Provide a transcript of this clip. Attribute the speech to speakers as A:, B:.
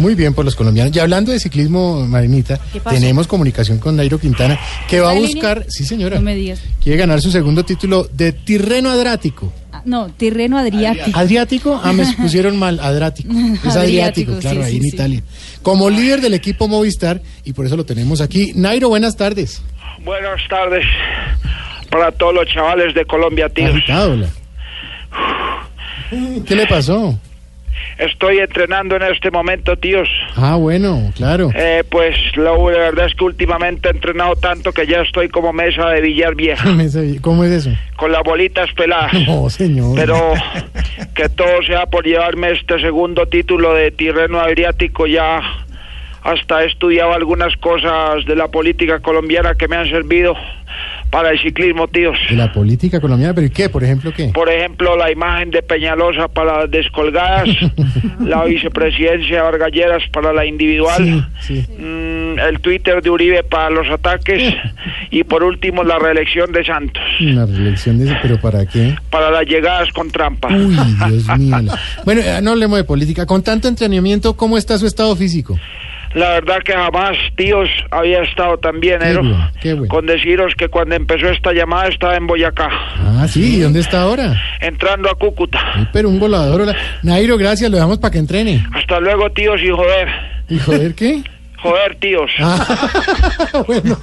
A: Muy bien por los colombianos. Y hablando de ciclismo, Marinita,
B: ¿Qué pasó?
A: tenemos comunicación con Nairo Quintana, que va a
B: ¿Nairo?
A: buscar, sí señora,
B: No me digas.
A: quiere ganar su segundo título de Tirreno Adrático.
B: Ah, No, terreno adriático.
A: Adriático, ah, me pusieron mal, Adrático. Es Adriático,
B: Adriático,
A: claro,
B: sí,
A: ahí
B: sí,
A: en
B: sí.
A: Italia. Como líder del equipo Movistar, y por eso lo tenemos aquí. Nairo, buenas tardes.
C: Buenas tardes para todos los chavales de Colombia, tíos.
A: Agitado, hola. ¿Qué le pasó?
C: Estoy entrenando en este momento, tíos.
A: Ah, bueno, claro.
C: Eh, pues la, u- la verdad es que últimamente he entrenado tanto que ya estoy como mesa de billar vieja,
A: ¿Cómo es eso?
C: con las bolitas peladas.
A: No, señor.
C: Pero que todo sea por llevarme este segundo título de Tirreno Adriático ya. Hasta he estudiado algunas cosas de la política colombiana que me han servido para el ciclismo, tíos.
A: De la política colombiana, pero ¿y qué? Por ejemplo, ¿qué?
C: Por ejemplo, la imagen de Peñalosa para las descolgadas, la vicepresidencia de Vargalleras para la individual,
A: Sí, sí.
C: mm, el Twitter de Uribe para los ataques y por último la reelección de Santos
A: Una reelección de ese, pero ¿para qué?
C: para las llegadas con trampa.
A: Uy, Dios mío. Bueno, eh, no hablemos de política. Con tanto entrenamiento, ¿cómo está su estado físico?
C: La verdad que jamás, tíos, había estado tan bien,
A: Qué
C: ¿eh?
A: bueno, qué bueno.
C: Con deciros que cuando empezó esta llamada estaba en Boyacá,
A: Ah, sí, ¿y dónde está ahora?
C: entrando a Cúcuta.
A: Ay, pero un volador. hola. Nairo, gracias, lo dejamos para que entrene.
C: Hasta luego, tíos, y joder,
A: ¿Y joder qué?
C: joder, tíos.
A: Ah, bueno.